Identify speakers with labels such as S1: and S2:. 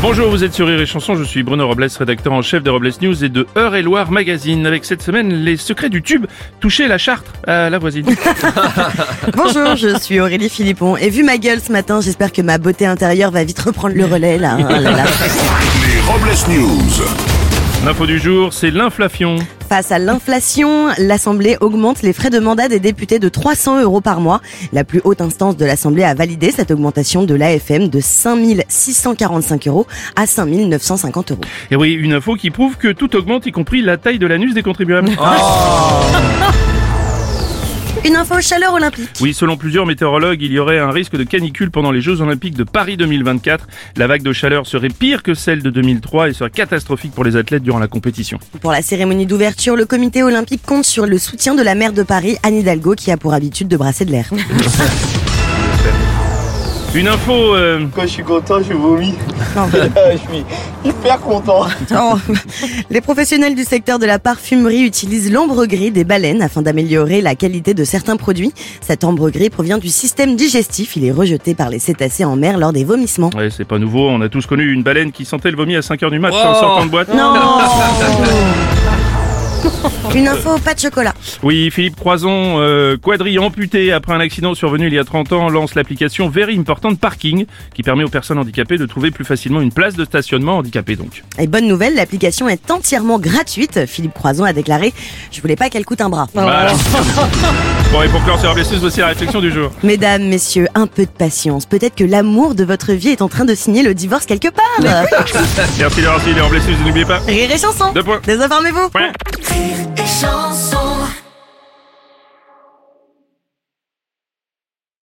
S1: Bonjour, vous êtes sur Rire et Chanson, je suis Bruno Robles, rédacteur en chef des Robles News et de Heure et Loire Magazine. Avec cette semaine, les secrets du tube, toucher la Chartre à la voisine.
S2: Bonjour, je suis Aurélie Philippon et vu ma gueule ce matin, j'espère que ma beauté intérieure va vite reprendre le relais là. Ah là là.
S3: Les Robles News.
S1: L'info du jour, c'est l'inflation.
S2: Face à l'inflation, l'Assemblée augmente les frais de mandat des députés de 300 euros par mois. La plus haute instance de l'Assemblée a validé cette augmentation de l'AFM de 5645 euros à 5950 euros.
S1: Et oui, une info qui prouve que tout augmente, y compris la taille de l'anus des contribuables.
S2: Une info chaleur olympique.
S1: Oui, selon plusieurs météorologues, il y aurait un risque de canicule pendant les Jeux Olympiques de Paris 2024. La vague de chaleur serait pire que celle de 2003 et serait catastrophique pour les athlètes durant la compétition.
S2: Pour la cérémonie d'ouverture, le comité olympique compte sur le soutien de la maire de Paris, Anne Hidalgo, qui a pour habitude de brasser de l'air.
S1: Une info... euh,
S4: Quand je suis content, je vomis.
S2: Non.
S4: je suis hyper content.
S2: Oh. Les professionnels du secteur de la parfumerie utilisent l'ambre gris des baleines afin d'améliorer la qualité de certains produits. Cet ambre gris provient du système digestif. Il est rejeté par les cétacés en mer lors des vomissements.
S1: Ouais, c'est pas nouveau, on a tous connu une baleine qui sentait le vomi à 5h du mat' en sortant de boîte.
S2: Une info, pas de chocolat.
S1: Oui, Philippe Croison, euh, quadrille amputé après un accident survenu il y a 30 ans, lance l'application Very Important Parking qui permet aux personnes handicapées de trouver plus facilement une place de stationnement handicapée donc.
S2: Et bonne nouvelle, l'application est entièrement gratuite. Philippe Croison a déclaré « Je voulais pas qu'elle coûte un bras ».
S1: Voilà. bon, et pour clore sur RBC, voici la réflexion du jour.
S2: Mesdames, messieurs, un peu de patience. Peut-être que l'amour de votre vie est en train de signer le divorce quelque part.
S1: Merci d'avoir suivi les RBC, n'oubliez pas.
S2: Rire et chanson.
S1: Deux points.
S2: Désinformez-vous.
S1: Point.
S5: Rire et chanson.